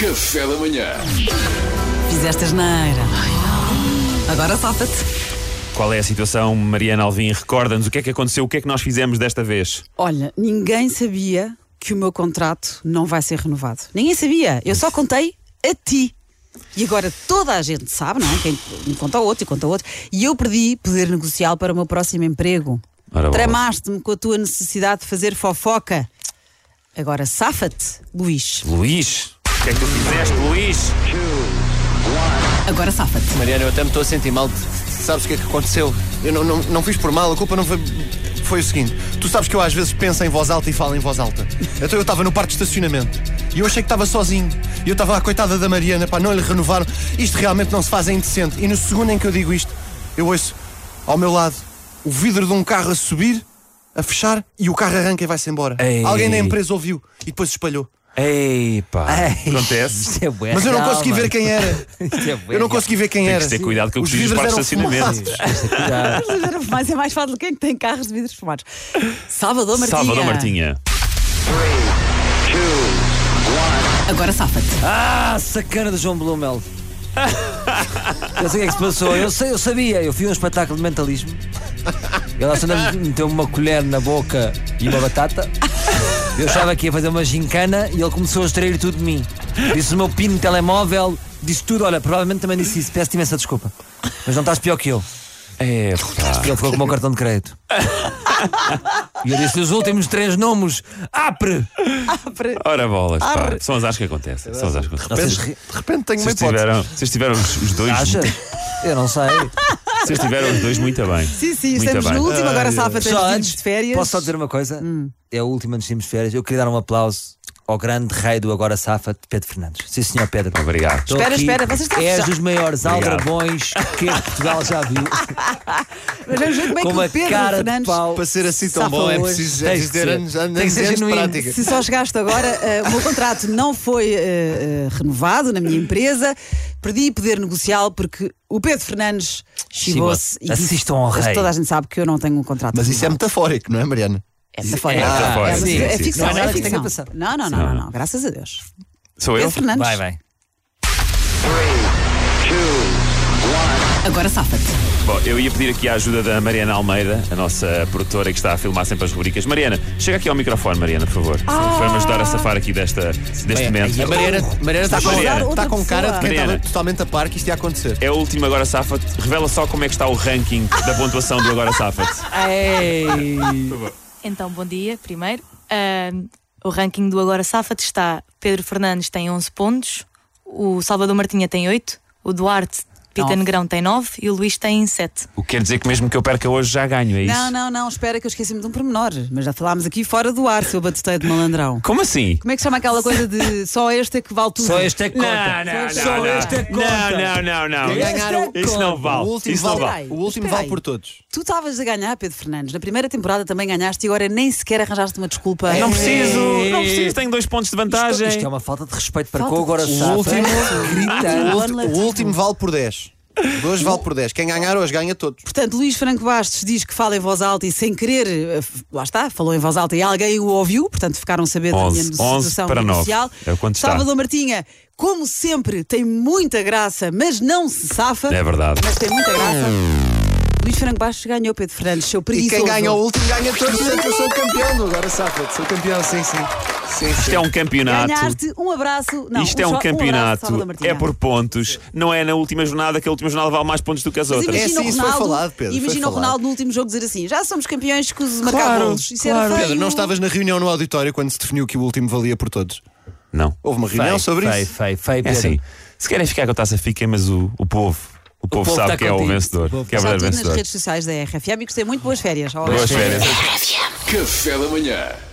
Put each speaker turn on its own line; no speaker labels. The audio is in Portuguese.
Café da manhã.
Fizeste asneira. Agora safa-te.
Qual é a situação, Mariana Alvim? Recorda-nos o que é que aconteceu, o que é que nós fizemos desta vez?
Olha, ninguém sabia que o meu contrato não vai ser renovado. Ninguém sabia. Eu só contei a ti. E agora toda a gente sabe, não é? Quem me conta ao outro e conta ao outro. E eu perdi poder negocial para o meu próximo emprego.
Ora, bolas.
Tramaste-me com a tua necessidade de fazer fofoca. Agora safa-te, Luís.
Luís? O que é que tu fizeste, Luís?
Agora safa-te.
Mariana, eu até me estou a sentir mal. Sabes o que é que aconteceu? Eu não, não, não fiz por mal, a culpa não foi. Foi o seguinte: tu sabes que eu às vezes penso em voz alta e falo em voz alta. Então eu estava no parque de estacionamento e eu achei que estava sozinho. E eu estava a coitada da Mariana, pá, não lhe renovaram. Isto realmente não se faz, é indecente. E no segundo em que eu digo isto, eu ouço ao meu lado o vidro de um carro a subir, a fechar e o carro arranca e vai-se embora.
Ei.
Alguém na empresa ouviu e depois espalhou.
Eipá! Acontece.
Isto é bué.
Mas eu não
Calma.
consegui ver quem era.
Isto é bué.
Eu não consegui ver quem
Tem
era.
que ter cuidado com o que
Os
tu dizes
vidros
para o
eram
estacionamento.
fumados.
Cuidado.
Mas é mais fácil do que quem tem carros de vidros fumados. Salvador Martinha.
Salvador Martinha.
Agora safa-te.
Ah, sacana do João Blumel. Eu sei o que é que se passou. Eu, sei, eu sabia. Eu fui a um espetáculo de mentalismo. Ele à cena meteu-me uma colher na boca e uma batata. Eu estava aqui a fazer uma gincana e ele começou a extrair tudo de mim. Disse o meu pino de telemóvel, disse tudo. Olha, provavelmente também disse isso. Peço-te imensa desculpa. Mas não estás pior que eu. É,
Epá.
E ele ficou com o meu cartão de crédito. E eu disse os últimos três nomes. APRE!
Ora bolas, pá. São as as que acontecem. São as as que acontecem.
Vocês
Vocês
ri-
De repente tenho uma
vocês
hipótese.
tiveram, vocês tiveram os os dois.
achas? Eu não sei.
Vocês tiveram os dois muito bem.
Sim, sim,
Muito
estamos
bem.
no último, agora safa-te
Só
antes de
antes,
irmos de férias. Hum.
Posso só dizer uma coisa? É o último antes de irmos de férias. Eu queria dar um aplauso ao grande rei do Agora Safa, de Pedro Fernandes. Sim, senhor Pedro.
Obrigado.
Estou
Espera,
aqui.
espera, vocês estão a
És
fechar.
dos maiores
Obrigado.
aldrabões que Portugal já viu.
Mas vamos ver como é
Com
que
uma
o Pedro
cara de
Fernandes.
pau.
Para ser assim tão
Safa
bom é
hoje.
preciso, é
Tem que
preciso ter
ser.
anos, anos,
Tem que ser
anos de
genuíno.
prática.
Se só chegaste agora, eh, o meu contrato não foi eh, eh, renovado na minha empresa, perdi poder negocial porque o Pedro Fernandes chivou-se e disse-
Assistam ao
Mas
rei.
Toda a gente sabe que eu não tenho um contrato.
Mas isso é
renovado.
metafórico, não é, Mariana?
é metafórico.
é
metafórico.
mas
Sim,
é
sim,
ficção,
sim. Não é
é
nada que tenha
ficção.
passado.
Não, não, não, não, não, graças a Deus.
Sou eu?
Pedro Fernandes.
Vai, vai.
Agora safa-te.
Bom, eu ia pedir aqui a ajuda da Mariana Almeida, a nossa produtora que está a filmar sempre as rubricas. Mariana, chega aqui ao microfone, Mariana, por favor.
Ah.
Foi-me ajudar a safar aqui desta, deste
A
momento.
Mariana, Mariana está,
a usar
com,
outra
está com cara de quem
Mariana.
estava totalmente a par que isto ia acontecer.
É o último Agora safa Revela só como é que está o ranking da pontuação do Agora safa
Ei!
Então, bom dia, primeiro. Ahm, o ranking do Agora Safa está: Pedro Fernandes tem 11 pontos, o Salvador Martinha tem 8, o Duarte Pita
Nove.
Negrão tem 9 e o Luís tem 7.
O que quer dizer que mesmo que eu perca hoje já ganho, é isso?
Não, não, não, espera que eu esqueci-me de um pormenor. Mas já falámos aqui fora do ar, seu batuteio de malandrão.
Como assim?
Como é que se chama aquela coisa de só este é que vale tudo?
Só este é que conta. é
Não, não,
Só
não,
este é que conta.
Não, não, não, não.
Quem ganhar o-
Isso não vale.
O último,
É Isso não
vale.
vale.
vale, o último
Espera
vale
aí.
por todos.
Tu estavas a ganhar, Pedro Fernandes. Na primeira temporada também ganhaste e agora nem sequer arranjaste uma desculpa.
É. Não preciso,
Ei.
não preciso, tenho dois pontos de
Isto,
vantagem.
isto é uma falta de respeito para
Falta
com o Agora
de
Safa.
respeito.
Grita.
Ah,
O, ulti- o último vale por 10. Dois vale por 10. Quem ganhar hoje ganha todos.
Portanto, Luís Franco Bastos diz que fala em voz alta e sem querer, eh, f- lá está, falou em voz alta e alguém o ouviu, portanto ficaram a saber da minha
Onze. Onze
situação
para nove.
inicial.
É o quanto está.
Salvador Martinha, como sempre, tem muita graça, mas não se safa.
É verdade.
Mas tem muita graça. Luís Franco Bastos ganhou Pedro Fernandes, seu
E
preguiçoso.
quem ganha o último ganha todos. Portanto, eu sou o campeão do agora safa Sou campeão, sim, sim. sim, sim.
Isto é um campeonato.
Ganhaste um abraço. Não,
Isto é
um
um
só- abraço,
campeonato,
Salvador Martinha.
é por pontos, não é na última jornada que a última jornada vale mais pontos do que as
Mas
outras.
imagina
É,
o
sim, isso foi
Ronaldo,
falado, Pedro, foi
imagina o
falado.
Ronaldo no último jogo dizer assim: já somos campeões, escuso de marcar
Claro,
golos. Isso era
claro.
feio.
Pedro, não estavas na reunião no auditório quando se definiu que o último valia por todos?
Não.
Houve uma reunião sobre
feio,
isso?
Feio, feio,
É
Pedro.
assim. Se querem ficar com a taça, fiquem, mas o, o povo, o povo,
povo
sabe
está
que é o
contigo.
vencedor.
O povo tá
Que é o
Está tudo
verdadeiro
nas
vencedor.
redes sociais da RFM e gostei muito. Boas férias.
Boas férias.
Café da manhã.